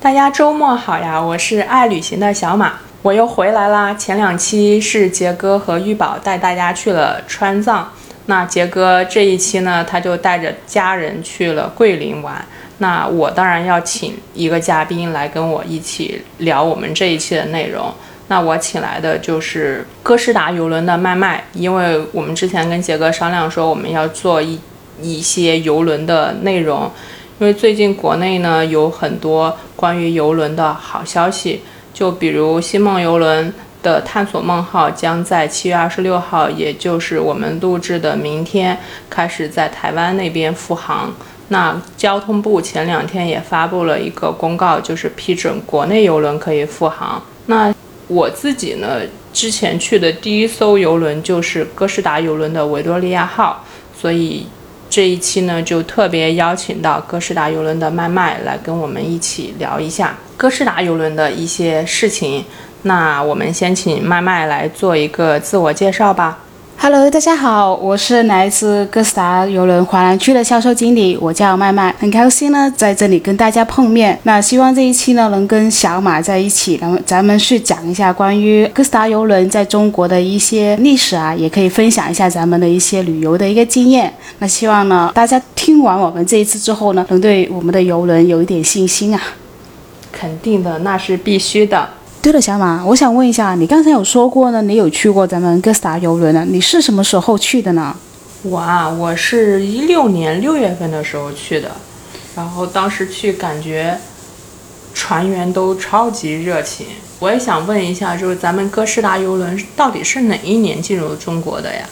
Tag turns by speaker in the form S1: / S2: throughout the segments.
S1: 大家周末好呀！我是爱旅行的小马，我又回来啦。前两期是杰哥和玉宝带大家去了川藏，那杰哥这一期呢，他就带着家人去了桂林玩。那我当然要请一个嘉宾来跟我一起聊我们这一期的内容。那我请来的就是哥斯达游轮的麦麦，因为我们之前跟杰哥商量说，我们要做一一些游轮的内容，因为最近国内呢有很多关于游轮的好消息，就比如星梦游轮的探索梦号将在七月二十六号，也就是我们录制的明天开始在台湾那边复航。那交通部前两天也发布了一个公告，就是批准国内游轮可以复航。那我自己呢，之前去的第一艘游轮就是哥斯达游轮的维多利亚号，所以这一期呢就特别邀请到哥斯达游轮的麦麦来跟我们一起聊一下哥斯达游轮的一些事情。那我们先请麦麦来做一个自我介绍吧。
S2: Hello，大家好，我是来自哥斯达邮轮华南区的销售经理，我叫麦麦，很高兴呢在这里跟大家碰面。那希望这一期呢能跟小马在一起，然后咱们去讲一下关于哥斯达邮轮在中国的一些历史啊，也可以分享一下咱们的一些旅游的一个经验。那希望呢大家听完我们这一次之后呢，能对我们的邮轮有一点信心啊。
S1: 肯定的，那是必须的。
S2: 对了，小马，我想问一下，你刚才有说过呢，你有去过咱们哥斯达游轮呢？你是什么时候去的呢？
S1: 我啊，我是一六年六月份的时候去的，然后当时去感觉船员都超级热情。我也想问一下，就是咱们哥斯达游轮到底是哪一年进入中国的呀？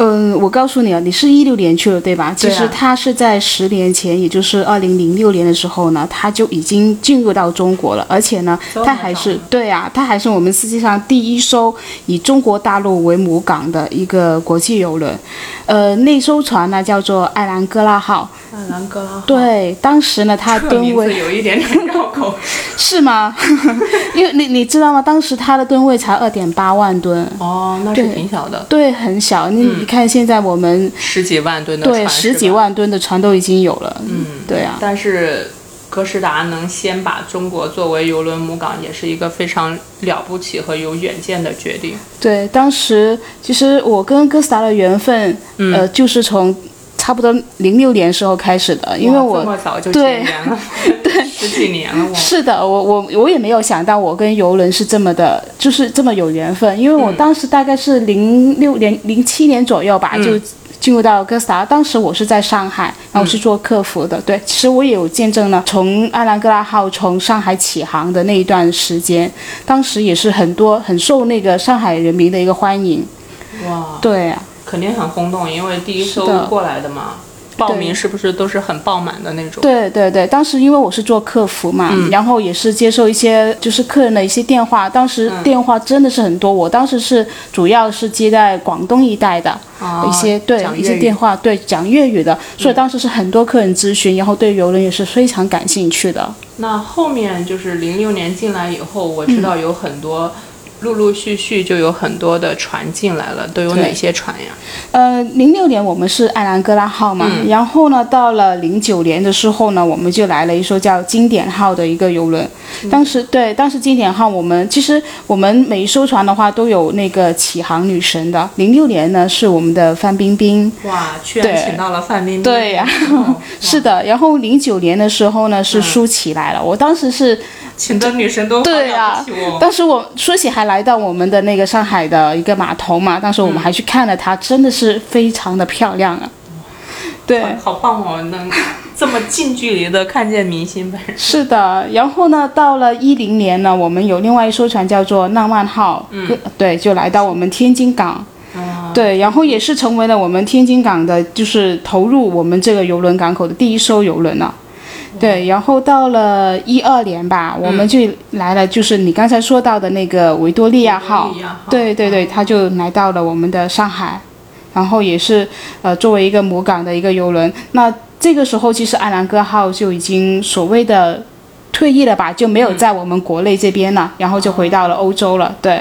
S2: 嗯，我告诉你啊，你是一六年去了，对吧？
S1: 对啊
S2: 其实它是在十年前，也就是二零零六年的时候呢，它就已经进入到中国了，而且呢
S1: 这，么
S2: 它还
S1: 早
S2: 是
S1: 呢
S2: 对啊，它还是我们世界上第一艘以中国大陆为母港的一个国际游轮。呃，那艘船呢叫做艾兰戈拉号，
S1: 艾兰哥拉号，，
S2: 对，啊当时呢它
S1: 哦这个
S2: 吨
S1: 名
S2: 位
S1: 字有一点点绕 口。
S2: 是吗？因为你你知道吗？当时它的吨位才二点八万吨，
S1: 哦，那是
S2: 对
S1: 挺小的，
S2: 对，很小。你
S1: 嗯
S2: 你看现在我们、
S1: 十几万吨的船，
S2: 对十几
S1: 是吧。
S2: 万吨的船都已经有了，嗯，对啊，
S1: 但是哥斯达能先把中国作为游轮母港，也是一个非常了不起和有远见的决定。
S2: 对。当时其实我跟哥斯达的缘分，
S1: 嗯
S2: 呃，就是从差不多零六年时候开始的，因为
S1: 哇
S2: 我
S1: 这么早就
S2: 对
S1: 结缘 了， 十几年了我。
S2: 是的，我我我也没有想到我跟游轮是这么的，就是这么有缘分，因为我当时大概是零六年、零七年左右吧，就进入到哥斯达。当时我是在上海，然后是做客服的。对，其实我也有见证了从艾兰格拉号从上海起航的那一段时间，当时也是很多很受那个上海人民的一个欢迎。
S1: 哇，
S2: 对啊，
S1: 肯定很轰动，因为第一
S2: 是
S1: 艘
S2: 的
S1: 过来的嘛，报名是不是都是很爆满的那种？
S2: 对对对，当时因为我是做客服嘛，
S1: 嗯
S2: 然后也是接受一些就是客人的一些电话，当时
S1: 嗯
S2: 电话真的是很多，我当时是主要是接在广东一带的、
S1: 哦
S2: 一些对
S1: 讲
S2: 一
S1: 粤
S2: 些
S1: 语嗯
S2: 电话，对讲粤语的，所以当时是很多客人咨询，然后对游轮也是非常感兴趣的。
S1: 那后面就是零六年进来以后，我
S2: 嗯
S1: 知道有很多。陆陆续续就有很多的船进来了，都有
S2: 对
S1: 哪些船呀？
S2: 呃，零六年我们是艾兰戈拉号嘛，
S1: 嗯
S2: 然后呢，到了零九年的时候呢，我们就来了一艘叫经典号的一个游轮。
S1: 嗯
S2: 当时对，当时经典号我们其实我们每一艘船的话都有那个起航女神的。零六年呢是我们的范冰冰，
S1: 哇，居然
S2: 对
S1: 请到了范冰冰。
S2: 对呀
S1: 哦
S2: 是的。然后零九年的时候呢是舒淇来了，我当时是
S1: 请的女神都好
S2: 对
S1: 了
S2: 呀
S1: 不起嗯哦。
S2: 当时我舒淇还来到我们的那个上海的一个码头嘛，当时
S1: 嗯
S2: 我们还去看了她，真的是非常的漂亮啊。对，
S1: 好棒哦，能这么近距离的看见明星本人。
S2: 是的，然后呢，到了一零年呢，我们有另外一艘船叫做浪漫号，嗯，对，就来到我们天津港，
S1: 啊、
S2: 对，然后也是成为了我们天津港的，就是投入我们这个邮轮港口的第一艘邮轮了。对，然后到了一二年吧，我们就来了，就是你刚才说到的那个维多利亚号
S1: 维多利亚号，
S2: 对对对，它就来到了我们的上海，然后也是呃作为一个母港的一个邮轮。那这个时候，其实艾兰戈号就已经所谓的退役了吧，就没有在我们国内这边了，然后就回到了欧洲了，对。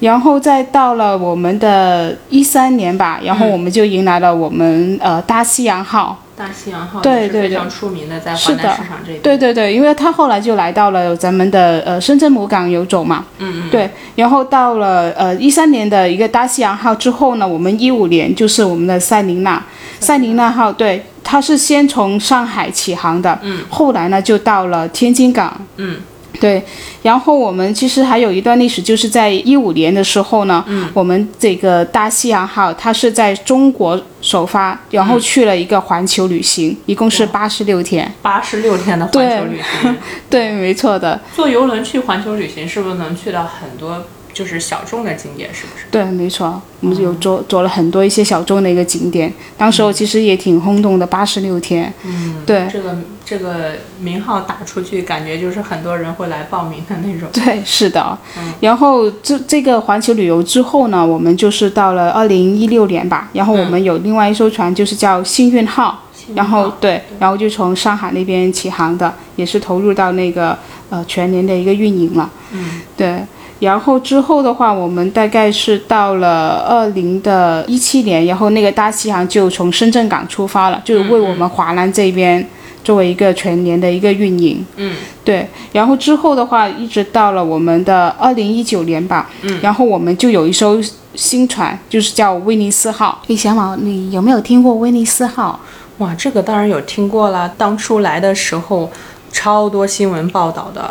S2: 然后再到了我们的一三年吧，然后我们就迎来了我们呃大西洋号，
S1: 大西洋号
S2: 对
S1: 也是
S2: 对
S1: 非
S2: 对
S1: 常出名的，在华
S2: 是
S1: 南
S2: 的
S1: 市场这边。
S2: 对对对，因为他后来就来到了咱们的呃深圳母港游走嘛，嗯嗯，对，然后到了呃一三年的一个大西洋号之后呢，我们一五年就是我们的塞琳娜，塞琳娜号对，它是先从上海起航的，嗯，后来呢就到了天津港，嗯。对，然后我们其实还有一段历史，就是在一五年的时候呢，嗯、我们这个大西洋号它是在中国首发，然后去了一个环球旅行，一共是八十六天。
S1: 八十六天的环球旅行，
S2: 对，没错的，
S1: 坐游轮去环球旅行，是不是能去到很多就是小众的景点？是不是？
S2: 对，没错，我们有做做了很多一些小众的一个景点，当时候其实也挺轰动的，八十六天，嗯，对
S1: 这个这个名号打出去，感觉就是很多人会来报名的那种。
S2: 对，是的，然后这这个环球旅游之后呢，我们就是到了二零一六年吧，然后我们有另外一艘船就是叫幸运号，然后对，然后就从上海那边起航的，也是投入到那个呃全年的一个运营了，嗯，对。然后之后的话，我们大概是到了二零的一七年，然后那个大西航就从深圳港出发了，就是为我们华南这边作为一个全年的一个运营。嗯，对。然后之后的话，一直到了我们的二零一九年吧，嗯，然后我们就有一艘新船，就是叫威尼斯号。哎，小马，你有没有听过威尼斯号？
S1: 哇，这个当然有听过啦，当初来的时候，超多新闻报道的。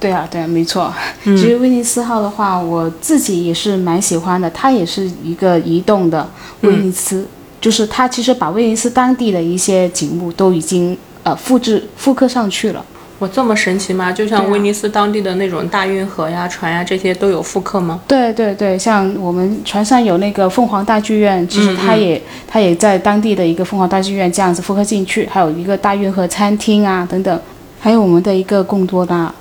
S2: 对啊，对啊，没错。其实威尼斯号的话，我自己也是蛮喜欢的，它也是一个移动的威尼斯，就是它其实把威尼斯当地的一些景物都已经呃复制复刻上去了。
S1: 哇，这么神奇吗？就像威尼斯当地的那种大运河呀、船呀，这些都有复刻吗？
S2: 对对对，像我们船上有那个凤凰大剧院，其实它也、它也在当地的一个凤凰大剧院这样子复刻进去，还有一个大运河餐厅啊等等，还有我们的一个贡多拉。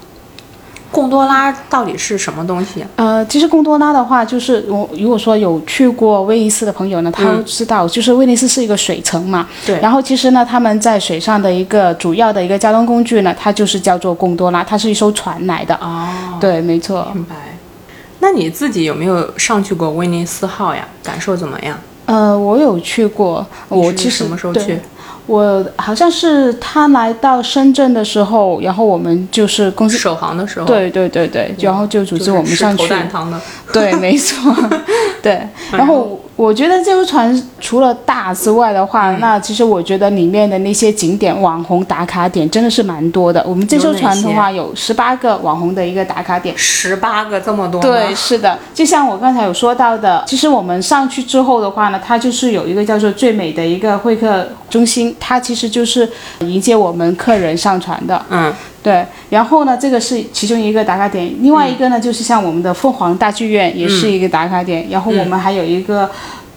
S1: 贡多拉到底是什么东西啊？
S2: 呃，其实贡多拉的话，就是我如果说有去过威尼斯的朋友呢，他会知道，就是威尼斯是一个水城嘛。
S1: 嗯对
S2: 然后其实呢，他们在水上的一个主要的一个交通工具呢，它就是叫做贡多拉，它是一艘船来的。
S1: 哦，
S2: 对，没错。
S1: 明白。那你自己有没有上去过威尼斯号呀？感受怎么样？
S2: 呃，我有去过，我
S1: 你
S2: 其
S1: 是
S2: 实
S1: 什么时候
S2: 对
S1: 去？
S2: 我好像是他来到深圳的时候，然后我们就是公司。
S1: 首航的时候，，嗯
S2: 对对对对，然后就组织我们上去
S1: 投，蛋汤的。
S2: 对，没错， 对。然
S1: 哎
S2: 后我觉得这艘船除了大之外的话，
S1: 嗯
S2: 那其实我觉得里面的那些景点、网红打卡点真的是蛮多的。我们这
S1: 有
S2: 艘
S1: 哪
S2: 船
S1: 些
S2: 的话有十八个网红的一个打卡点，
S1: 十八个这么多吗
S2: 对，，是的，就像我刚才有说到的，其实我们上去之后的话呢，它就是有一个叫做最美的一个会客中心，它其实就是迎接我们客人上船的。
S1: 嗯，
S2: 对，然后呢，这个是其中一个打卡点，另外一个呢，就是像我们的凤凰大剧院也是一个打卡点，然后我们还有一个。
S1: 嗯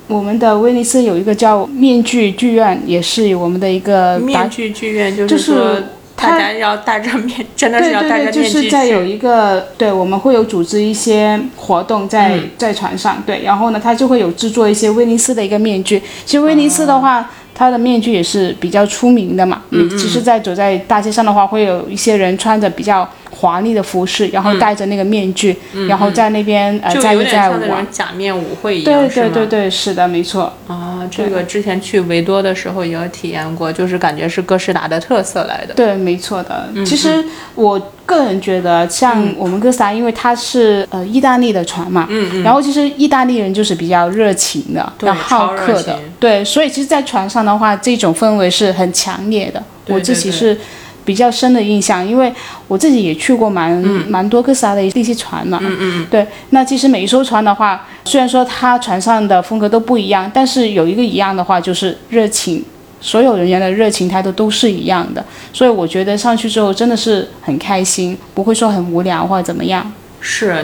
S2: 我们的威尼斯有一个叫面具剧院，也是我们的一个呃打
S1: 面具剧院就
S2: 就是是
S1: 说
S2: 它
S1: 大家要戴着面，真的
S2: 对
S1: 是要
S2: 对
S1: 戴
S2: 对，
S1: 着
S2: 就
S1: 面
S2: 是
S1: 具
S2: 在有
S1: 去。
S2: 一个对，我们会有组织一些活动在、
S1: 嗯
S2: 在船上，对，然后呢，它就会有制作一些威尼斯的一个面具。其实威尼斯
S1: 哦
S2: 的话，它的面具也是比较出名的嘛。嗯其实，在走在大街上的话，会有一些人穿着比较华丽的服饰，然后戴着那个面具，然后在那边呃
S1: 嗯就
S2: 在
S1: 有
S2: 一
S1: 点
S2: 在
S1: 像那
S2: 玩
S1: 种。假面舞会一样，
S2: 对对对
S1: 是吗？
S2: 对，是的，没错。
S1: 啊，这个之前去维多的时候也有体验过，就是感觉是哥斯达的特色来的。嗯
S2: 对，没错的。其实我个人觉得，像我们哥斯达，因为它是呃意大利的船嘛，嗯嗯，然后其实意大利人就是比较热情的，
S1: 对
S2: 比较好
S1: 超热
S2: 客
S1: 情
S2: 的，对，所以其实，在船上的话，这种氛围是很强烈的。
S1: 对
S2: 我
S1: 对
S2: 自己
S1: 对
S2: 是比较深的印象，因为我自己也去过蛮、蛮多哥斯达的一些船嘛，嗯嗯，对。那其实每一艘船的话，虽然说它船上的风格都不一样，但是有一个一样的话，就是热情。所有人员的热情态度都是一样的，所以我觉得上去之后真的是很开心，不会说很无聊或者怎么样。
S1: 是，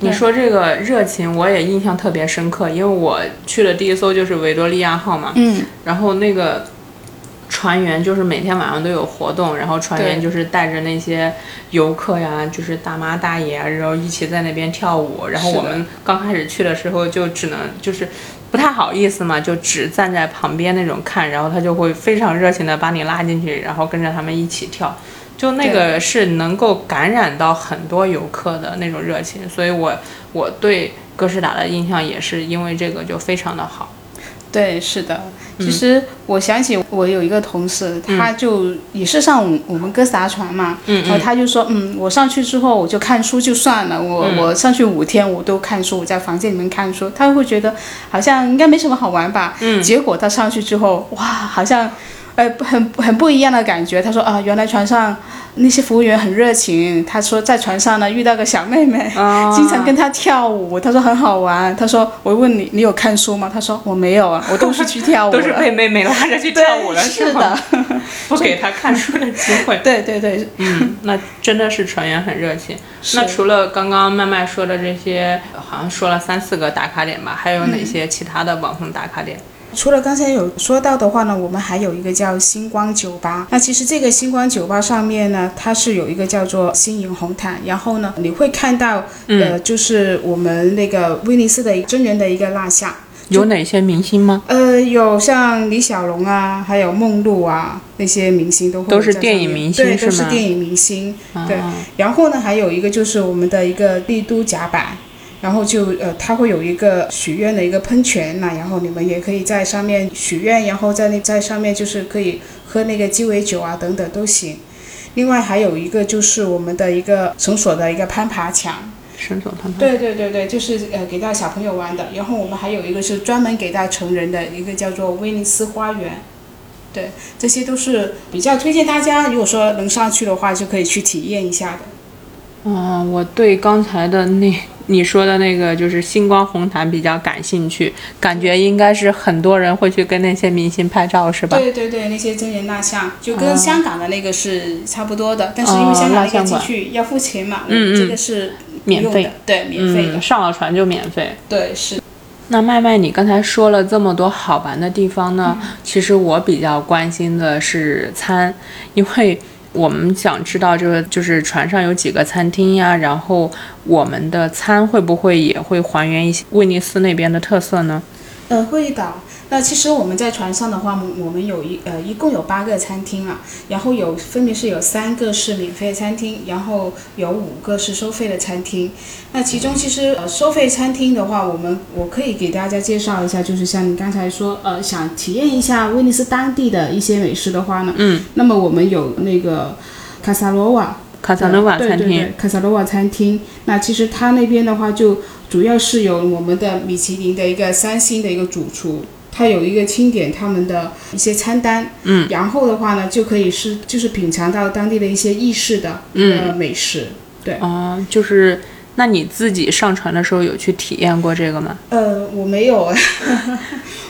S1: 你说这个热情，我也印象特别深刻，因为我去的第一艘就是维多利亚号嘛，
S2: 嗯，
S1: 然后那个船员就是每天晚上都有活动，然后船员
S2: 对
S1: 就是带着那些游客呀，就是大妈大爷啊，然后一起在那边跳舞。然后
S2: 是的
S1: 我们刚开始去的时候就只能就是不太好意思嘛，就只站在旁边那种看，然后他就会非常热情的把你拉进去，然后跟着他们一起跳。就那个是能够感染到很多游客的那种热情，所以我我对哥斯达的印象也是因为这个就非常的好。
S2: 对，是的。其实我想起我有一个同事，他就也是上我我们哥斯达船嘛，然后他就说，嗯嗯，我上去之后我就看书就算了，我、我上去五天我都看书，我在房间里面看书，他会觉得好像应该没什么好玩吧。嗯、结果他上去之后，哇，好像。呃，很很不一样的感觉。他说啊，原来船上那些服务员很热情。他说在船上呢遇到个小妹妹，
S1: 啊
S2: 经常跟她跳舞。他说很好玩。他说我问你，你有看书吗？他说我没有啊，我都是去跳舞
S1: 都是
S2: 了。
S1: 被妹妹拉着去跳舞了，
S2: 对是
S1: 吗？
S2: 的，
S1: 不给他看书的机会。
S2: 对对对，
S1: 嗯，那真的是船员很热情。那除了刚刚麦麦说的这些，好像说了三四个打卡点吧，还有哪些其他的网红打卡点？
S2: 除了刚才有说到的话呢，我们还有一个叫星光酒吧。那其实这个星光酒吧上面呢，它是有一个叫做星影红毯，然后呢，你会看到、
S1: 嗯
S2: 呃，就是我们那个威尼斯的真人的一个蜡像。
S1: 有哪些明星吗？
S2: 呃，有像李小龙啊，还有梦露啊，那些明星都会
S1: 都是
S2: 在
S1: 电
S2: 上
S1: 影
S2: 面
S1: 明星
S2: 对，
S1: 是
S2: 都是
S1: 吗
S2: 电影明星。
S1: 啊
S2: 对，然后呢，还有一个就是我们的一个帝都甲板，然后就呃，它会有一个许愿的一个喷泉呐、然后你们也可以在上面许愿，然后在那在上面就是可以喝那个鸡尾酒啊等等都行。另外还有一个就是我们的一个绳索的一个攀爬墙，
S1: 神总他们
S2: 对对对对，就是呃给到小朋友玩的。然后我们还有一个是专门给到成人的一个叫做威尼斯花园。对，这些都是比较推荐大家，如果说能上去的话，就可以去体验一下的。
S1: 嗯、我对刚才的那你说的那个就是星光红毯比较感兴趣，感觉应该是很多人会去跟那些明星拍照，是吧？
S2: 对对对，那些真人蜡像就跟香港的那个是差不多的，但是因为
S1: 哦
S2: 香港那
S1: 蜡像
S2: 个进
S1: 馆
S2: 去要付钱嘛，我
S1: 嗯
S2: 们这
S1: 嗯
S2: 个是不
S1: 免
S2: 用
S1: 费
S2: 的，对，免费的，
S1: 嗯，上了船就免费。
S2: 对是。
S1: 那麦麦，你刚才说了这么多好玩的地方呢，
S2: 嗯
S1: 其实我比较关心的是餐，因为我们想知道就是就是船上有几个餐厅呀，然后我们的餐会不会也会还原一些威尼斯那边的特色呢？
S2: 呃，会的。那其实我们在船上的话，我我们有一呃一共有八个餐厅啊，然后有分别是有三个是免费餐厅，然后有五个是收费的餐厅。那其中其实呃收费餐厅的话，我们我可以给大家介绍一下，就是像你刚才说呃想体验一下威尼斯当地的一些美食的话呢，嗯，那么我们有那个卡萨罗瓦，
S1: 卡萨诺瓦
S2: 对
S1: 餐厅，
S2: 对对，卡萨罗瓦餐厅。那其实它那边的话，就主要是有我们的米其林的一个三星的一个主厨。他有一个清点他们的一些餐单，嗯，然后的话呢，就可以是就是品尝到当地的一些意式的呃美食，对，
S1: 哦、就是那你自己上船的时候有去体验过这个吗？
S2: 呃，我没有，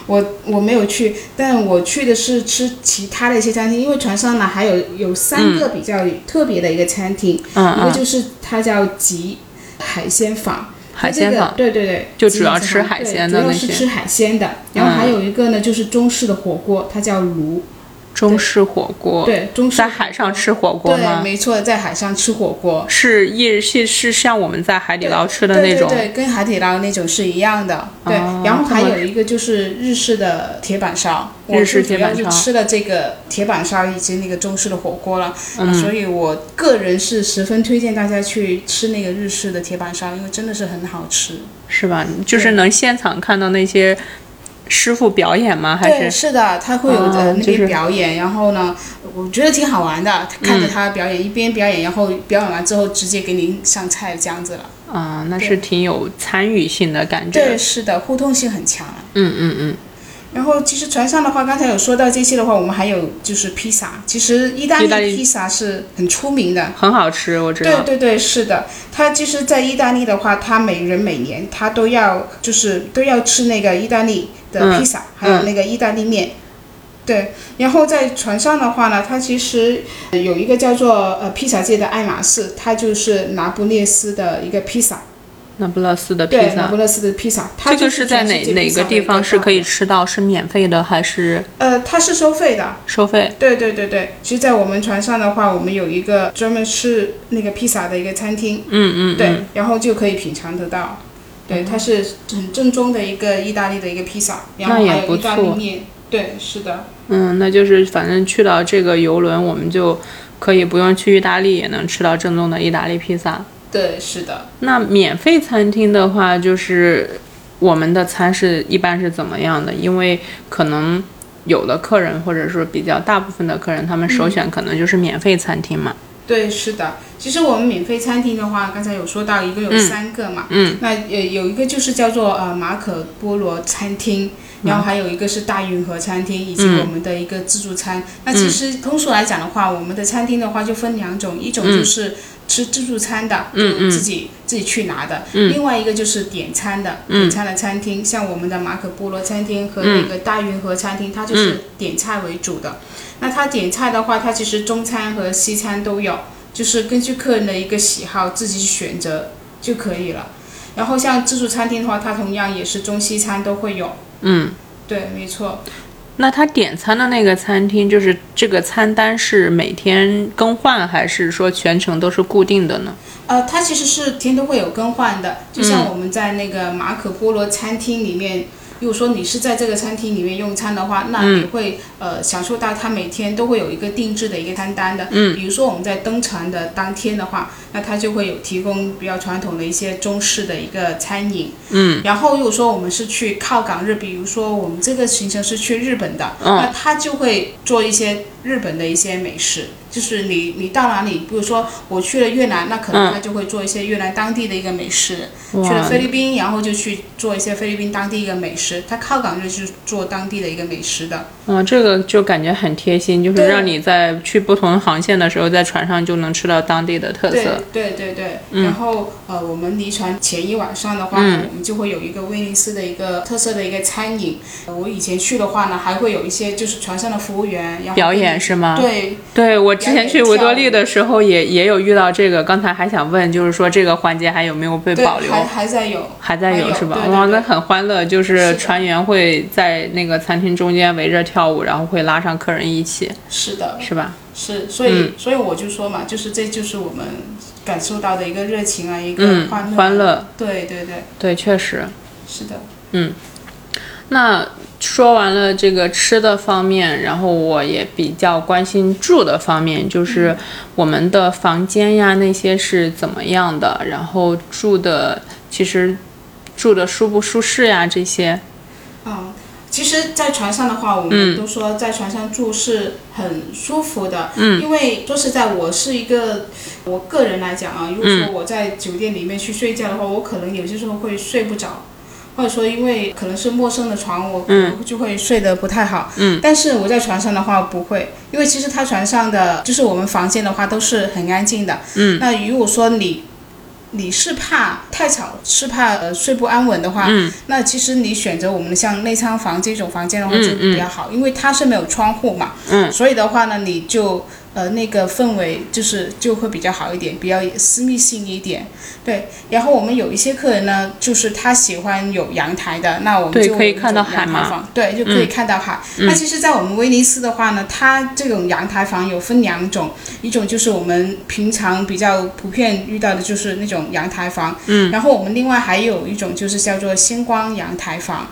S2: 我我没有去，但我去的是吃其他的一些餐厅，因为船上呢还有有三个比较特别的一个餐厅，
S1: 嗯
S2: 一个
S1: 嗯，
S2: 就是它叫吉海鲜坊，
S1: 海鲜坊、
S2: 它这个对对对，
S1: 就主要
S2: 基
S1: 吃
S2: 本上
S1: 海
S2: 对
S1: 鲜的
S2: 主
S1: 那
S2: 要是
S1: 些嗯
S2: 吃海鲜的。然后还有一个呢，就是中式的火锅，它叫炉，
S1: 中式火锅，
S2: 对，中式
S1: 在海上吃火锅
S2: 对，
S1: 吗？
S2: 没错，在海上吃火锅，
S1: 是一是是像我们在海底捞吃的那
S2: 对对
S1: 种，
S2: 对，跟海底捞那种是一样的。对，
S1: 哦
S2: 然后还
S1: 这么
S2: 有一个就是日式的铁板烧，
S1: 日式
S2: 我是
S1: 铁
S2: 主要
S1: 板
S2: 是
S1: 烧
S2: 吃了这个铁板烧以及那个中式的火锅了，
S1: 嗯
S2: 所以我个人是十分推荐大家去吃那个日式的铁板烧，因为真的是很好吃。
S1: 是吧？
S2: 嗯
S1: 就是能现场看到那些师傅表演吗？还
S2: 对，
S1: 是
S2: 是的，他会有
S1: 啊
S2: 呃那
S1: 就是嗯
S2: 边表演，然后呢，我觉得挺好玩的。看着他表演，一边表演，然后表演完之后直接给您上菜这样子了。
S1: 啊、那是挺有参与性的感觉。
S2: 对，是的，互动性很强啊。
S1: 嗯嗯嗯，
S2: 然后其实船上的话，刚才有说到这些的话，我们还有就是披萨。其实意大
S1: 意大利
S2: 利披萨是很出名的，
S1: 很好吃，我知
S2: 对
S1: 道。
S2: 对对，是的，他其实，在意大利的话，他每人每年他都要就是都要吃那个意大利
S1: 嗯
S2: 的披萨，还有那个意大利面。对，然后在船上的话呢，它其实呃有一个叫做呃披萨界的爱马仕，它就是拿不列斯的一个披萨，
S1: 那不勒斯的披
S2: 对，拿
S1: 萨
S2: 不，列斯的披萨，它
S1: 这个
S2: 就是是
S1: 在
S2: 全
S1: 哪
S2: 世界
S1: 哪
S2: 披萨
S1: 个
S2: 的
S1: 地
S2: 一
S1: 方是可以
S2: 大
S1: 吃到？是免费的还是
S2: 呃，它是收费的，
S1: 收费？
S2: 对对对对，其实，在我们船上的话，我们有一个专门吃那个披萨的一个餐厅，
S1: 嗯嗯，
S2: 对，
S1: 嗯，
S2: 然后就可以品尝得到。对，它是很正宗的一个意大利的一个披萨，然
S1: 那
S2: 后
S1: 也
S2: 还有
S1: 不
S2: 意大利
S1: 错
S2: 面。对，是的，
S1: 嗯，那就是反正去到这个游轮，我们就可以不用去意大利，也能吃到正宗的意大利披萨。
S2: 对，是的。
S1: 那免费餐厅的话，就是我们的餐是一般是怎么样的？因为可能有的客人，或者说比较大部分的客人，他们
S2: 嗯
S1: 首选可能就是免费餐厅嘛。
S2: 对，是的。其实我们免费餐厅的话，刚才有说到一共有三个嘛，嗯，那呃有一个就是叫做呃马可波罗餐厅，然后还有一个是大运河餐厅，以及我们的一个自助餐。那其实通俗来讲的话，我们的餐厅的话就分两种，一种就是吃自助餐的，嗯自己自己去拿的，另外一个就是点餐的，点餐的餐厅，像我们的马可波罗餐厅和那个大运河餐厅，它就是点菜为主的。那它点菜的话，它其实中餐和西餐都有。就是根据客人的一个喜好自己选择就可以了。然后像自助餐厅的话，它同样也是中西餐都会有。
S1: 嗯，
S2: 对，没错，
S1: 那他点餐的那个餐厅，就是这个餐单是每天更换，还是说全程都是固定的呢？
S2: 呃，它其实是天都会有更换的。就像我们在那个马可波罗餐厅里面，如果说你是在这个餐厅里面用餐的话，那你会、呃享受到它每天都会有一个定制的一个餐单的。嗯，比如说我们在登船的当天的话，那它就会有提供比较传统的一些中式的一个餐饮。嗯，然后如果说我们是去靠港日，比如说我们这个行程是去日本的，那它就会做一些日本的一些美食。就是你你到哪里，比如说我去了越南，那可能他就会做一些越南当地的一个美食；去了菲律宾，然后就去做一些菲律宾当地一个美食。他靠港就是做当地的一个美食的。
S1: 嗯，这个就感觉很贴心，就是
S2: 对
S1: 让你在去不同航线的时候，在船上就能吃到当地的特
S2: 对
S1: 色。嗯
S2: 对对对，然后呃，我们离船前一晚上的话，我们就会有一个威尼斯的一个特色的一个餐饮。呃我以前去的话呢，还会有一些就是船上的服务员，然后
S1: 表演是吗？
S2: 对
S1: 对我之前去维多利
S2: 表
S1: 的时候也也有遇到这个，刚才还想问，就是说这个环节还有没有被
S2: 对，
S1: 保留？
S2: 还还在有，
S1: 还在
S2: 还有
S1: 是吧？
S2: 对对
S1: 哇，
S2: 对
S1: 那很欢乐，就是是
S2: 的
S1: 船员会在那个餐厅中间围着跳舞，然后会拉上客人一起，
S2: 是的。
S1: 是吧？
S2: 是，所以、
S1: 嗯
S2: 所以我就说嘛，就是这就是我们感受到的一个热情啊，一个
S1: 嗯，
S2: 欢乐。
S1: 欢乐，
S2: 对对对，
S1: 对，确实。
S2: 是的。
S1: 那说完了这个吃的方面，然后我也比较关心住的方面，就是
S2: 嗯
S1: 我们的房间呀那些是怎么样的，然后住的其实住的舒不舒适呀这些，
S2: 嗯，其实，在船上的话，我
S1: 嗯
S2: 们都说在船上住是很舒服的。嗯，因为说实在，我是一个我个人来讲啊，如果说我在酒店里面去睡觉的话，我可能有些时候会睡不着。或者说，因为可能是陌生的床，我可能就会睡得不太好。嗯，但是我在船上的话不会，因为其实它船上的就是我们房间的话都是很安静的。嗯，那如果说你你是怕太吵，是怕呃睡不安稳的话，那其实你选择我们的像内舱房这种房间的话就比较好，因为它是没有窗户嘛，嗯，所以的话呢，你就呃那个氛围就是就会比较好一点，比较私密性一点，对。然后我们有一些客人呢，就是他喜欢有阳台的，那我们
S1: 对
S2: 就
S1: 可以
S2: 有
S1: 看
S2: 这种
S1: 到
S2: 阳
S1: 海嗯
S2: 台
S1: 嘛
S2: 房，对，就可以看到海。那其实，在我们威尼斯的话呢，它这种阳台房有分两种，一种就是我们平常比较普遍遇到的，就是那种阳台房。嗯，然后我们另外还有一种就是叫做星光阳台房。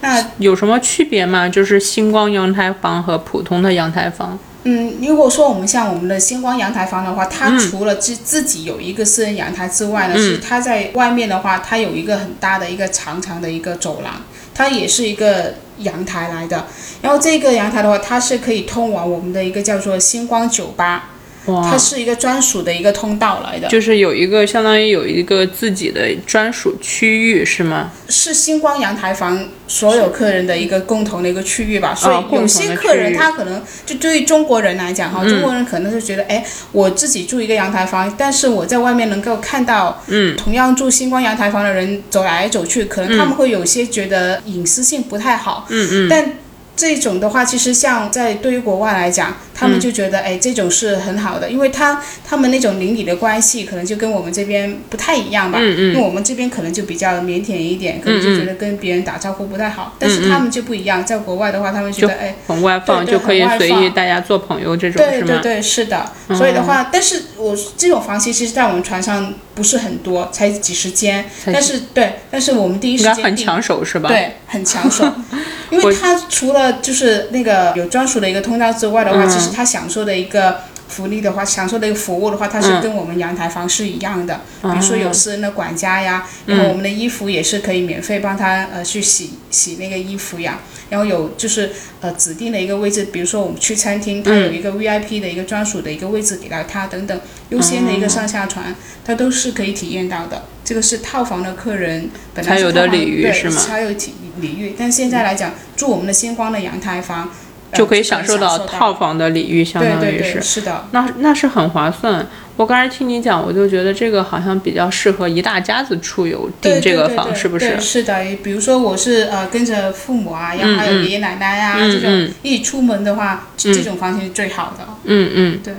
S2: 那
S1: 有什么区别吗？就是星光阳台房和普通的阳台房。
S2: 嗯，如果说我们像我们的星光阳台房的话，它除了自自己有一个私人阳台之外呢，是它在外面的话，它有一个很大的一个长长的一个走廊，它也是一个阳台来的。然后这个阳台的话，它是可以通往我们的一个叫做星光酒吧，它
S1: 哇，
S2: 是一个专属的一个通道来的。
S1: 就是有一个相当于有一个自己的专属区域是吗？
S2: 是星光阳台房所有客人的一个共啊同的一个区域吧，所以有些客人他可能就对于中国人来讲哈，中国人可能是觉得，哎，我自己住一个阳台房，但是我在外面能够看到，嗯，同样住星光阳台房的人走来走去，可能他们会有些觉得隐私性不太好，嗯嗯，但。这种的话，其实像在对于国外来讲，他
S1: 嗯
S2: 们就觉得，哎，这种是很好的，因为他他们那种邻里的关系可能就跟我们这边不太一样吧，
S1: 嗯
S2: 因为我们这边可能就比较腼腆一点，可能就觉得跟别人打招呼不太
S1: 嗯
S2: 好，但是他们就不一样，在国外的话，他们觉得，哎，
S1: 很外放
S2: 对对
S1: 就可以
S2: 很外
S1: 随意
S2: 放
S1: 大家做朋友这种
S2: 对
S1: 是
S2: 对
S1: 吗？哦
S2: 对，是的，所以的话，但是我这种房型其实在我们船上不是很多，才几十间，
S1: 才
S2: 但是对，但是我们第一时
S1: 应该
S2: 间
S1: 很
S2: 定
S1: 抢手是吧？
S2: 对，很抢 手，
S1: 嗯
S2: 因为它除了就是那个有专属的一个通道之外的话，其实它享受的一个福利的话，享受的一个服务的话，它
S1: 嗯
S2: 是跟我们阳台方式一样的。
S1: 啊
S2: 比如说有私人的管家呀，
S1: 嗯
S2: 然后我们的衣服也是可以免费帮他呃去洗洗那个衣服呀。然后有就是呃指定的一个位置，比如说我们去餐厅，它有一个 VIP 的一个专属的一个位置给到他等等，优先的一个上下床，它都是可以体验到的。这个是套房的客人本来
S1: 才
S2: 是
S1: 有
S2: 套
S1: 的
S2: 房
S1: 礼遇
S2: 对
S1: 是吗
S2: 才有体礼遇，但现在来讲，住我们的星光的阳台房。呃
S1: 就可以享受到套
S2: 房，
S1: 房的礼遇，相
S2: 对
S1: 当
S2: 对
S1: 于
S2: 对，
S1: 是。
S2: 是的，
S1: 那那是很划算。我刚才听你讲，我就觉得这个好像比较适合一大家子出游订
S2: 对
S1: 这
S2: 对
S1: 个
S2: 对
S1: 房，
S2: 对
S1: 是不
S2: 对
S1: 是？
S2: 是的，比如说我是呃跟着父母啊，然后还有爷爷奶奶啊、
S1: 嗯
S2: 这
S1: 嗯
S2: 种一起出门的话，这这种房型是最好的。
S1: 嗯嗯。
S2: 对，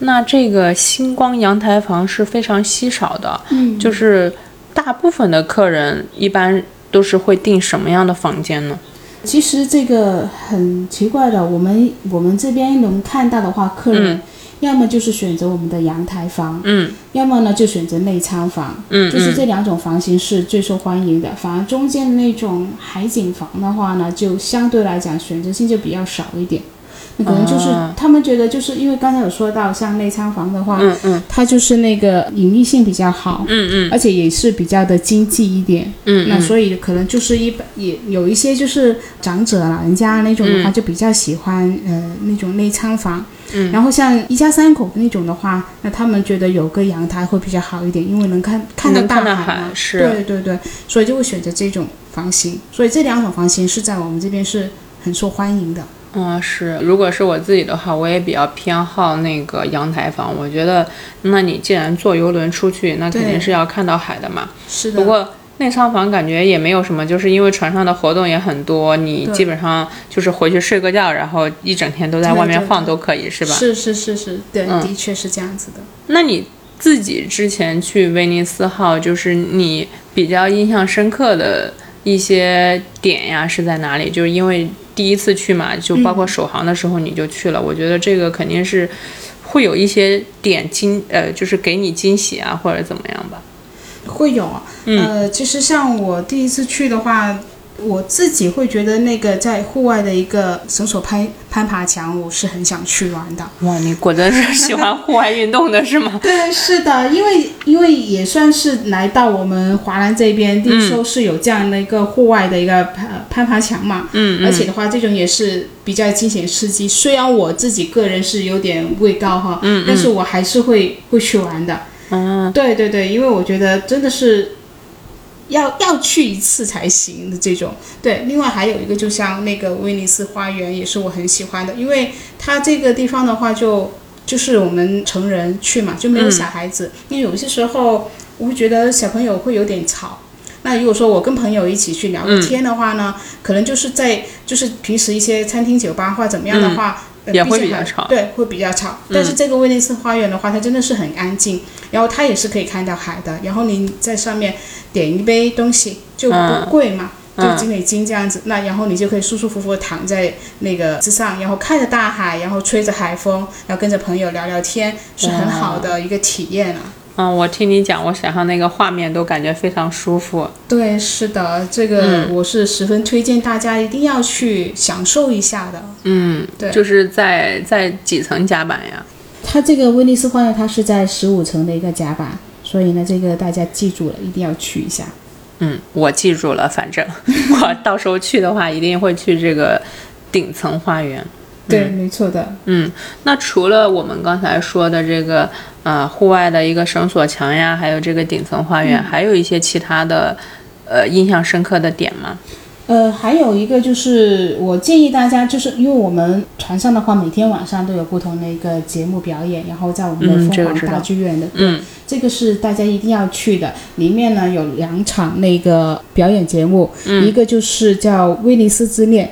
S1: 那这个星光阳台房是非常稀少的，
S2: 嗯
S1: 就是大部分的客人一般都是会订什么样的房间呢？
S2: 其实这个很奇怪的，我们我们这边能看到的话，客人要么就是选择我们的阳台房，
S1: 嗯，
S2: 要么呢就选择内仓房，
S1: 嗯
S2: 就是这两种房型是最受欢迎的。反而中间那种海景房的话呢，就相对来讲选择性就比较少一点。那可能就是、
S1: 啊
S2: 他们觉得，就是因为刚才有说到，像内仓房的话，
S1: 嗯嗯
S2: 它就是那个隐逸性比较好，
S1: 嗯嗯
S2: 而且也是比较的经济一点。
S1: 嗯
S2: 那所以可能就是一般也有一些就是长者老人家那种
S1: 嗯
S2: 的话，就比较喜欢、呃那种内仓房。嗯，然后像一家三口那种的话，那他们觉得有个阳台会比较好一点，因为能看看到
S1: 能
S2: 大
S1: 看到
S2: 海
S1: 海
S2: 嘛。
S1: 是
S2: 对对对，所以就会选择这种房型。所以这两种房型是在我们这边是很受欢迎的。
S1: 嗯，是。如果是我自己的话，我也比较偏好那个阳台房。我觉得，那你既然坐游轮出去，那肯定
S2: 对
S1: 是要看到海的嘛。
S2: 是
S1: 不过内舱房感觉也没有什么，就是因为船上的活动也很多，你基本上就是回去睡个觉，然后一整天都在外面
S2: 对对
S1: 晃都可以，是吧？
S2: 是是是是，对，
S1: 嗯
S2: 的确是这样子的。
S1: 那你自己之前去威尼斯号，就是你比较印象深刻的一些点呀，是在哪里？就是因为第一次去嘛，就包括首航的时候你就去了，我觉得这个肯定是会有一些点惊，呃，就是给你惊喜啊，或者怎么样吧？
S2: 会有啊，呃，其实像我第一次去的话，我自己会觉得那个在户外的一个绳索攀攀爬墙，我是很想去玩的。
S1: 哇，你果真是喜欢户外运动的是吗？
S2: 对，是的，因为因为也算是来到我们华南这边，第一周是有这样的一个户外的一个攀呃攀爬墙嘛，
S1: 嗯
S2: 而且的话，这种也是比较惊险刺激。虽然我自己个人是有点畏高哈，嗯，但是我还是会会去玩的。
S1: 嗯，
S2: 对对对，因为我觉得真的是要要去一次才行的这种。对，另外还有一个，就像那个威尼斯花园也是我很喜欢的，因为它这个地方的话就就是我们成人去嘛，就没有小孩子，
S1: 嗯
S2: 因为有些时候我会觉得小朋友会有点吵。那如果说我跟朋友一起去聊个天的话呢，可能就是在就是平时一些餐厅、酒吧或者怎么样的话，呃
S1: 嗯也会
S2: 毕竟
S1: 比较
S2: 还
S1: 吵
S2: 对，会比较吵。但是
S1: 嗯
S2: 这个威尼斯花园的话，它真的是很安静，然后它也是可以看到海的。然后你在上面点一杯东西就不贵嘛，
S1: 嗯
S2: 就几美金这样子。那然后你就可以舒舒服服地躺在那个之上，然后看着大海，然后吹着海风，然后跟着朋友聊聊天，是很好的一个体验啊。
S1: 嗯，我听你讲，我想象那个画面都感觉非常舒服。
S2: 对，是的，这个
S1: 嗯
S2: 我是十分推荐大家一定要去享受一下的。
S1: 嗯，
S2: 对
S1: 就是在在几层甲板呀？
S3: 它这个威尼斯花园，它是在十五层的一个甲板，所以呢，这个大家记住了，一定要去一下。
S1: 嗯，我记住了，反 正我到时候去的话，一定会去这个顶层花园。
S2: 对，没错的。
S1: 嗯，那除了我们刚才说的这个呃户外的一个绳索墙呀，还有这个顶层花园，
S2: 嗯
S1: 还有一些其他的呃印象深刻的点吗？
S3: 呃，还有一个就是，我建议大家，就是因为我们船上的话，每天晚上都有不同的一个节目表演，然后在我们
S1: 嗯
S3: 的
S1: 这
S3: 凤
S1: 个知
S3: 凰
S1: 道
S3: 大剧院的，
S1: 嗯
S3: 对，这个是大家一定要去的。里面呢有两场那个表演节目，
S1: 嗯
S3: 一个就是叫《威尼斯之恋》，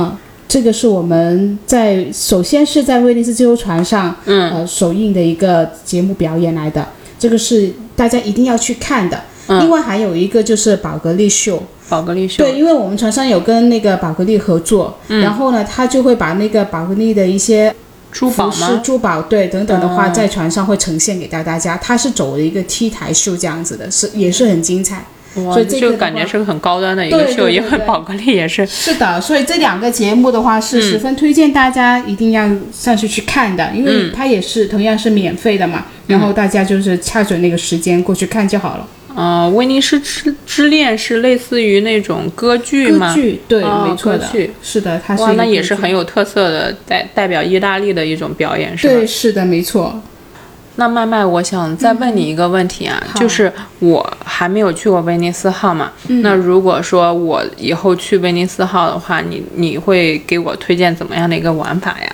S3: 啊、这个是我们在首先是在威尼斯这艘船上，嗯，呃，首映的一个节目表演来的，这个是大家一定要去看的。
S1: 嗯
S3: 另外还有一个就是宝格丽秀，
S1: 宝格丽秀，
S3: 对，因为我们船上有跟那个宝格丽合作，
S2: 嗯
S3: 然后呢，他就会把那个宝格丽的一些
S1: 珠宝
S3: 服饰、
S1: 吗？
S3: 珠宝对等等的话，
S2: 嗯
S3: 在船上会呈现给到大家。它是走了一个 T 台秀这样子的，是也是很精彩。
S1: 哇
S2: 所以这个的话
S1: 感觉是个很高端的一个
S2: 对
S1: 秀，
S2: 对
S1: 因
S2: 对
S1: 为
S2: 对
S1: 宝格丽也是
S2: 是的，所以这两个节目的话是
S3: 嗯
S2: 十分推荐大家一定要上去去看的，
S3: 嗯
S2: 因为它也是同样是免费的嘛，然后大家就是掐准那个时间过去看就好了。
S1: 呃，威尼斯之之恋是类似于那种歌剧
S2: 歌
S1: 吗？
S2: 剧，啊对，
S1: 哦
S2: 没错
S1: 歌
S2: 的
S1: 剧，
S2: 是的，它是一
S1: 哇，
S2: 个
S1: 那也
S2: 歌
S1: 是
S2: 剧
S1: 很有特色的，代代表意大利的一种表演，是吧？
S2: 对，是的，没错。
S1: 那麦麦，我想再问你一个问题啊，
S2: 嗯好
S1: 就是我还没有去过威尼斯号嘛，
S2: 嗯
S1: 那如果说我以后去威尼斯号的话，你你会给我推荐怎么样的一个玩法呀？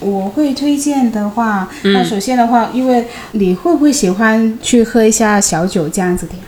S2: 我会推荐的话，那首先的话，因为你会不会喜欢去喝一下小酒这样子的呀？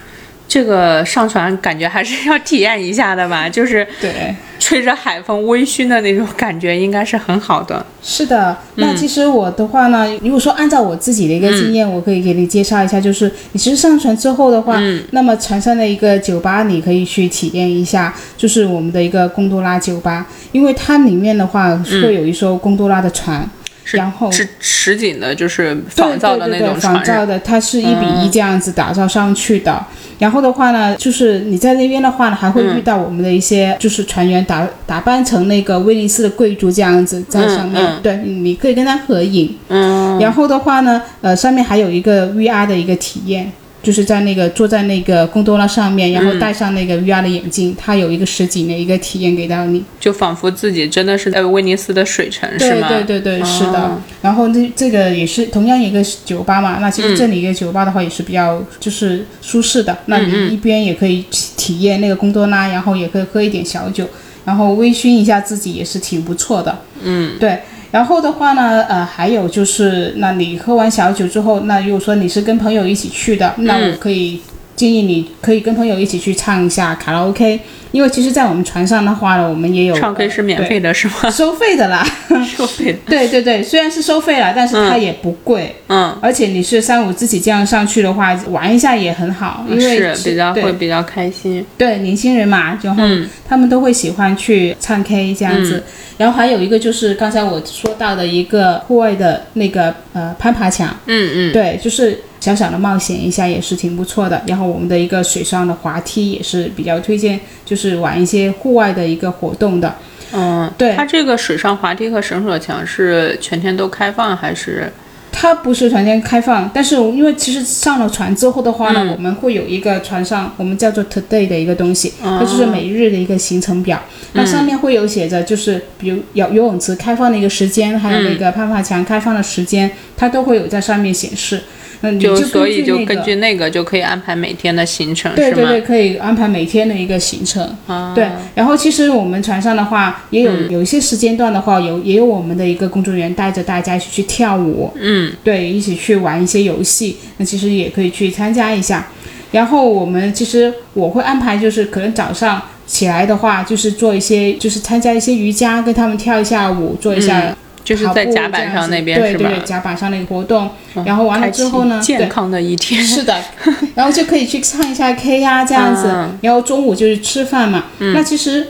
S1: 这个上船感觉还是要体验一下的吧，就是
S2: 对，
S1: 吹着海风微醺的那种感觉，应该是很好的。
S2: 是的，那其实我的话呢，如果说按照我自己的一个经验，我可以给你介绍一下，就是你其实上船之后的话，那么船上的一个酒吧你可以去体验一下，就是我们的一个贡多拉酒吧，因为它里面的话会有一艘贡多拉的船，
S1: 是
S2: 然后
S1: 是实景的，就是
S2: 哦对
S1: 仿造的那
S2: 对对
S1: 种嗯
S2: 对
S1: 船
S2: 仿
S1: 是吧
S2: 造的，它是一比一这样子打造上去的。然后的话呢，就是你在那边的话呢，还
S1: 嗯
S2: 会遇到我们的一些、就是船员打打扮成那个威尼斯的贵族这样子在上面，
S1: 嗯
S2: 对，你可以跟他合影。嗯。然后的话呢，呃，上面还有一个 VR 的一个体验。就是在那个坐在那个贡多拉上面，
S1: 嗯
S2: 然后戴上那个 VR 的眼镜，它有一个实景的一个体验给到你。
S1: 就仿佛自己真的是在威尼斯的水城，嗯是
S2: 对
S1: 吗？哦
S2: 对对对，是的。然后这这个也是同样一个酒吧嘛，那其
S1: 嗯
S2: 实这里一个酒吧的话也是比较就是舒适的，那
S1: 嗯
S2: 你一边也可以体体验那个贡多拉，然后也可以喝一点小酒，然后微醺一下自己也是挺不错的。嗯，对。然后的话呢，呃，还有就是，那你喝完小酒之后，那如果说你是跟朋友一起去的，那
S1: 嗯
S2: 我可以建议你可以跟朋友一起去唱一下卡拉 OK，因为其实，在我们船上的话呢，我们也有
S1: 唱 K 是免费的，是吗？
S2: 呃收费的啦，
S1: 收费的，
S2: 对对对，虽然是收费了，但是它也不贵，
S1: 嗯，
S2: 而且你是三五自己这样上去的话，玩一下也很好，因为
S1: 啊是比较会嗯
S2: 对
S1: 比较开心。
S2: 对年轻人嘛，然后他们都会喜欢去唱 K 这样子。
S1: 嗯
S2: 然后还有一个就是刚才我说到的一个户外的那个呃攀爬墙，
S1: 嗯嗯，
S2: 对，就是小小的冒险一下也是挺不错的。然后我们的一个水上的滑梯也是比较推荐，就是玩一些户外的一个活动的。
S1: 嗯，
S2: 对
S1: 它这个水上滑梯和绳索墙是全天都开放还是？
S2: 它不是船间开放，但是因为其实上了船之后的话呢，
S1: 嗯
S2: 我们会有一个船上我们叫做 today 的一个东西，
S1: 哦
S2: 它就是每日的一个行程表。
S1: 嗯
S2: 那上面会有写着，就是比如游游泳池开放的一个时间，还有那
S1: 嗯
S2: 个攀爬墙开放的时间，它都会有在上面显示。那你
S1: 就
S2: 根
S1: 所以
S2: 据
S1: 就
S2: 那
S1: 根
S2: 个
S1: 据那个就可以安排每天的行程，
S2: 对对
S1: 啊是吗？啊
S2: 对，可以安排每天的一个行程。对，然后其实我们船上的话，也有、
S1: 嗯
S2: 有一些时间段的话，有也有我们的一个工作人员带着大家一起去跳舞，嗯，对，一起去玩一些游戏，那其实也可以去参加一下。然后我们其实我会安排，就是可能早上起来的话，就是做一些，就是参加一些瑜伽，跟他们跳一下舞，做一下
S1: 嗯就是
S2: 跑步这
S1: 在
S2: 样子、
S1: 甲板上那边
S2: 对
S1: 是
S2: 对
S1: 吧？哦
S2: 对，甲板上的一个活动。然后完了
S1: 开
S2: 之
S1: 启
S2: 后呢，对
S1: 健。康的一天，
S2: 是的，然后就可以去唱一下 K 呀、这 样子，
S1: 嗯
S2: 然后中午就是吃饭嘛。那其实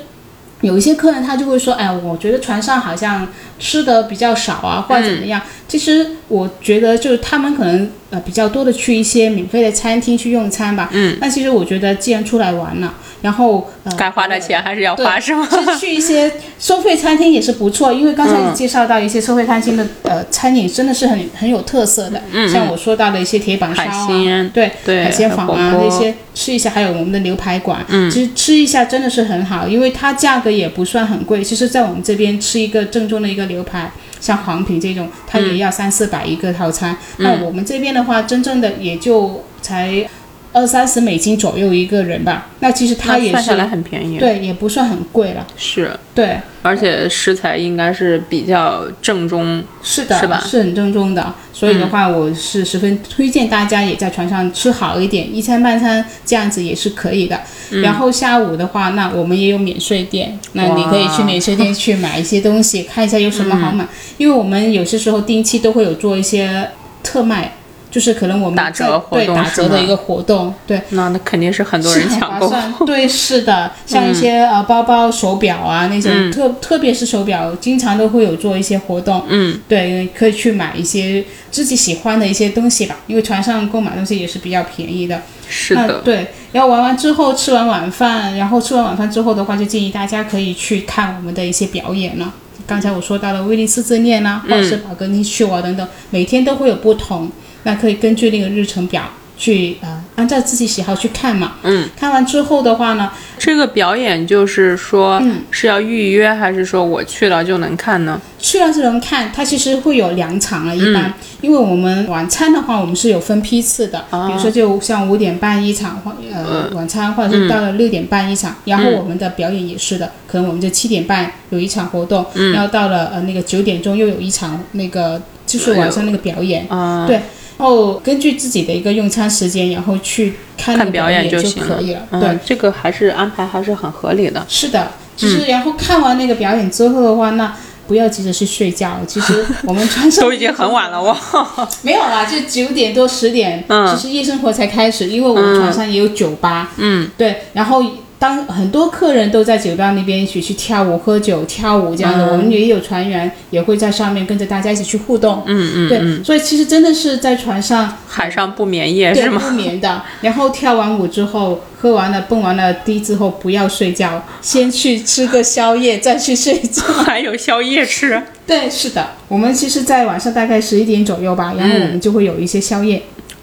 S2: 有一些客人他就会说，哎，我觉得船上好像吃的比较少
S1: 嗯
S2: 啊，或者怎么样。其实我觉得就是他们可能呃比较多的去一些免费的餐厅去用餐吧。嗯，那其实我觉得既然出来玩了，然后呃
S1: 该花的钱还是要
S2: 对
S1: 花，是吗？
S2: 去去一些收费餐厅也是不错，因为刚才你介绍到一些收费餐厅的、呃餐饮真的是很很有特色的，像我说到的一些铁板
S1: 嗯
S2: 烧
S1: 海
S2: 啊，
S1: 鲜
S2: 对
S1: 对
S2: 海鲜坊啊
S1: 火锅
S2: 那些吃一下，还有我们的牛排馆，
S1: 嗯
S2: 其实吃一下真的是很好，因为它价格也不算很贵，其实在我们这边吃一个正宗的一个牛排。像黄品这种，它也要三四百一个套餐。
S1: 嗯
S2: 那我们这边的话，真正的也就才二三十美金左右一个人吧。那其实它
S1: 那
S2: 也
S1: 算下来
S2: 是
S1: 很便宜，
S2: 对，也不算很贵了。
S1: 是，
S2: 对，
S1: 而且食材应该是比较正宗，
S2: 是的，
S1: 是吧嗯
S2: 很正宗的。所以的话，我是十分推荐大家也在船上吃好一点，一餐半餐这样子也是可以的。
S1: 嗯
S2: 然后下午的话，那我们也有免税店，那你可以去免税店去买一些东西，看一下有什么好买。因为我们有些时候定期都会有做一些特卖。就是可能我们
S1: 打
S2: 在
S1: 折活
S2: 对
S1: 动
S2: 打
S1: 是
S2: 折的
S1: 吗
S2: 一个活动，对，
S1: 那那肯定是很多
S2: 是
S1: 人
S2: 很
S1: 抢
S2: 划
S1: 购。嗯
S2: 算。对，是 的，像一些、呃包包、手表啊那种，特特别是手表，经常都会有做一些活动。嗯，对，可以去买一些自己喜欢的一些东西吧，因为船上购买东西也是比较便宜的。
S1: 是
S2: 那
S1: 的，
S2: 对，然后玩完之后吃完晚饭，然后吃完晚饭之后的话，就建议大家可以去看我们的一些表演了。刚才我说到了威尼斯之恋啦、
S1: 嗯
S2: 或者是宝格丽秀啊等等，每天都会有不同，那可以根据那个日程表去呃按照自己喜好去看嘛。嗯，看完之后的话呢，
S1: 这个表演就是说
S2: 嗯
S1: 是要预约，还是说我去了就能看呢？
S2: 虽然是能看，它其实会有两场了，一般，
S1: 嗯
S2: 因为我们晚餐的话，我们是有分批次的，
S1: 哦
S2: 比如说就像五点半一场，或呃
S1: 嗯
S2: 晚餐，或者是到了六点半一场，然后我们的表演也是的，可能我们就七点半有一场活动，
S1: 嗯
S2: 然后到了呃那个九点钟又有一场那个就是晚上那个表演，
S1: 哦
S2: 对，然后根据自己的一个用餐时间，然后去看那
S1: 看
S2: 个
S1: 表
S2: 演
S1: 演就行
S2: 可以了，对
S1: 嗯，，这个还是安排还是很合理 的。
S2: 是的，
S1: 嗯
S2: 就是然后看完那个表演之后的话，那不要急着去睡觉。其实我们穿上
S1: 都已经很晚了，我
S2: 没有啦，就九点多十点，
S1: 嗯
S2: 其实夜生活才开始，因为我们船上也有酒吧，嗯，对，然后。当很多客人都在酒吧那边一起去跳舞、喝酒、跳舞这样
S1: 嗯
S2: 的，我们也有船员也会在上面跟着大家一起去互动。嗯嗯，对，所以其实真的是在船上
S1: 海上不眠夜
S2: 对
S1: 是吗？
S2: 不眠的。然后跳完舞之后，喝完了、蹦完了迪之后，不要睡觉，先去吃个宵夜，再去睡觉。
S1: 还有宵夜吃，
S2: 对，是的，我们其实，在晚上大概十一点左右吧，然后我们就会有一些宵夜，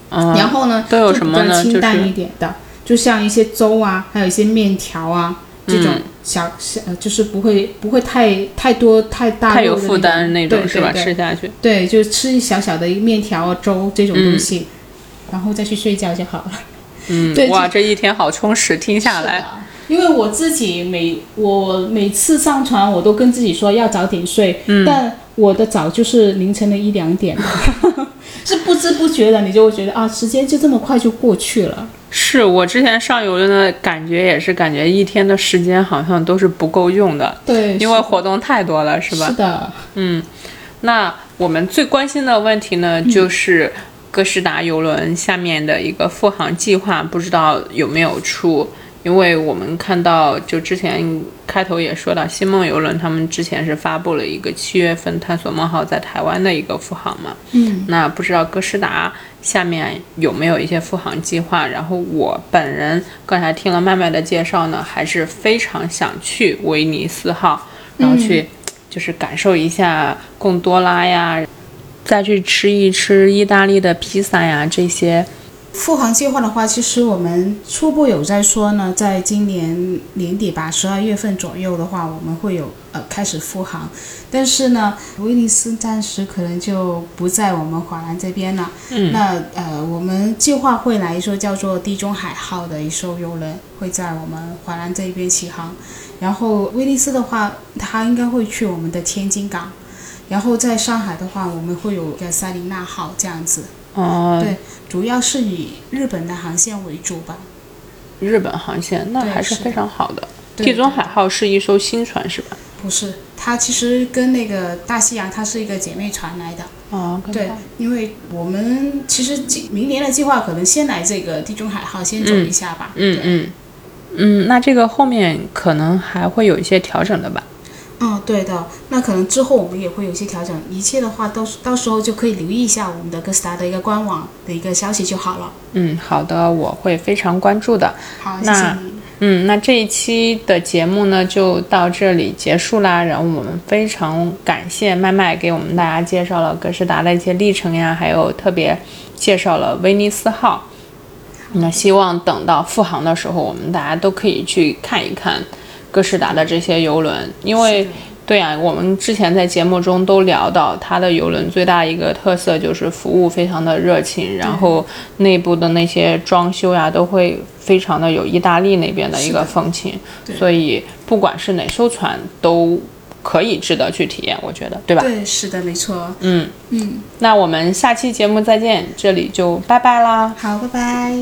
S1: 嗯，
S2: 然后呢，
S1: 都有
S2: 就
S1: 什
S2: 比
S1: 么
S2: 较
S1: 呢
S2: 清
S1: 就
S2: 淡
S1: 是
S2: 一点的，就像一些粥啊，还有一些面条啊。
S1: 嗯
S2: 这种小小、呃就是不会不会太太多太大
S1: 太有
S2: 肉的
S1: 负担那种
S2: 对
S1: 是吧？
S2: 对对
S1: 吃下去。
S2: 对，就吃一小小的面条啊粥这种东西，然后再去睡觉就好了。嗯 对，
S1: 嗯哇，这一天好充实，听下
S2: 是
S1: 来
S2: 的。因为我自己每我每次上船，我都跟自己说要早点睡，
S1: 嗯
S2: 但我的早就是凌晨的一 两点，是不知不觉的，你就会觉得啊，时间就这么快就过去了。
S1: 是我之前上游轮的感觉也是，感觉一天的时间好像都是不够用的，
S2: 对，
S1: 因为活动太多了，是
S2: 是
S1: 吧？
S2: 的，
S1: 那我们最关心的问题呢，就是哥斯达游轮下面的一个复航计划，不知道有没有出？因为我们看到，就之前开头也说到，星梦游轮他们之前是发布了一个七月份探索梦号在台湾的一个复航嘛。嗯，那不知道哥斯达下面有没有一些复航计划？然后我本人刚才听了麦麦的介绍呢，还是非常想去威尼斯号，然后去就是感受一下贡多拉呀，再去吃一吃意大利的披萨呀这些。
S2: 复航计划的话，其实我们初步有在说呢，在今年年底吧，十二月份左右的话，我们会有呃开始复航。但是呢，威尼斯暂时可能就不在我们华南这边了。嗯，那呃，我们计划会来一艘叫做地中海号的一艘游轮，会在我们华南这边起航。然后威尼斯的话，它应该会去我们的天津港。然后在上海的话，我们会有一个塞琳娜号这样子。
S1: 哦、
S2: 对主要是以日本的航线为主吧。
S1: 日本航线那
S2: 对
S1: 还是
S2: 是的
S1: 非常好的。
S2: 对
S1: 地中海号是一艘新船是吧？
S2: 不是，它其实跟那个大西洋它是一个姐妹船来的。
S1: 哦，跟
S2: 对，因为我们其实计明年的计划可能先来这个地中海号先走一下吧。
S1: 嗯
S2: 对
S1: 嗯嗯，那这个后面可能还会有一些调整的吧？
S2: 嗯，对的。那可能之后我们也会有一些调整，一切的话到时到时候就可以留意一下我们的哥斯达的一个官网的一个消息就好了。
S1: 嗯，好的，我会非常关注的。
S2: 好，谢谢
S1: 那
S2: 你。
S1: 嗯，那这一期的节目呢就到这里结束啦。然后我们非常感谢麦麦给我们大家介绍了格式达的一些历程呀，还有特别介绍了威尼斯号。那希望等到复航的时候，我们大家都可以去看一看格式达的这些游轮，因为对呀、我们之前在节目中都聊到，它的游轮最大一个特色就是服务非常的热情，然后内部的那些装修呀、都会非常的有意大利那边的一个风情，所以不管是哪艘船都可以值得去体验，我觉得，对吧？
S2: 对，是的，没错。
S1: 嗯那我们下期节目再见，这里就拜拜啦。
S2: 好，拜拜。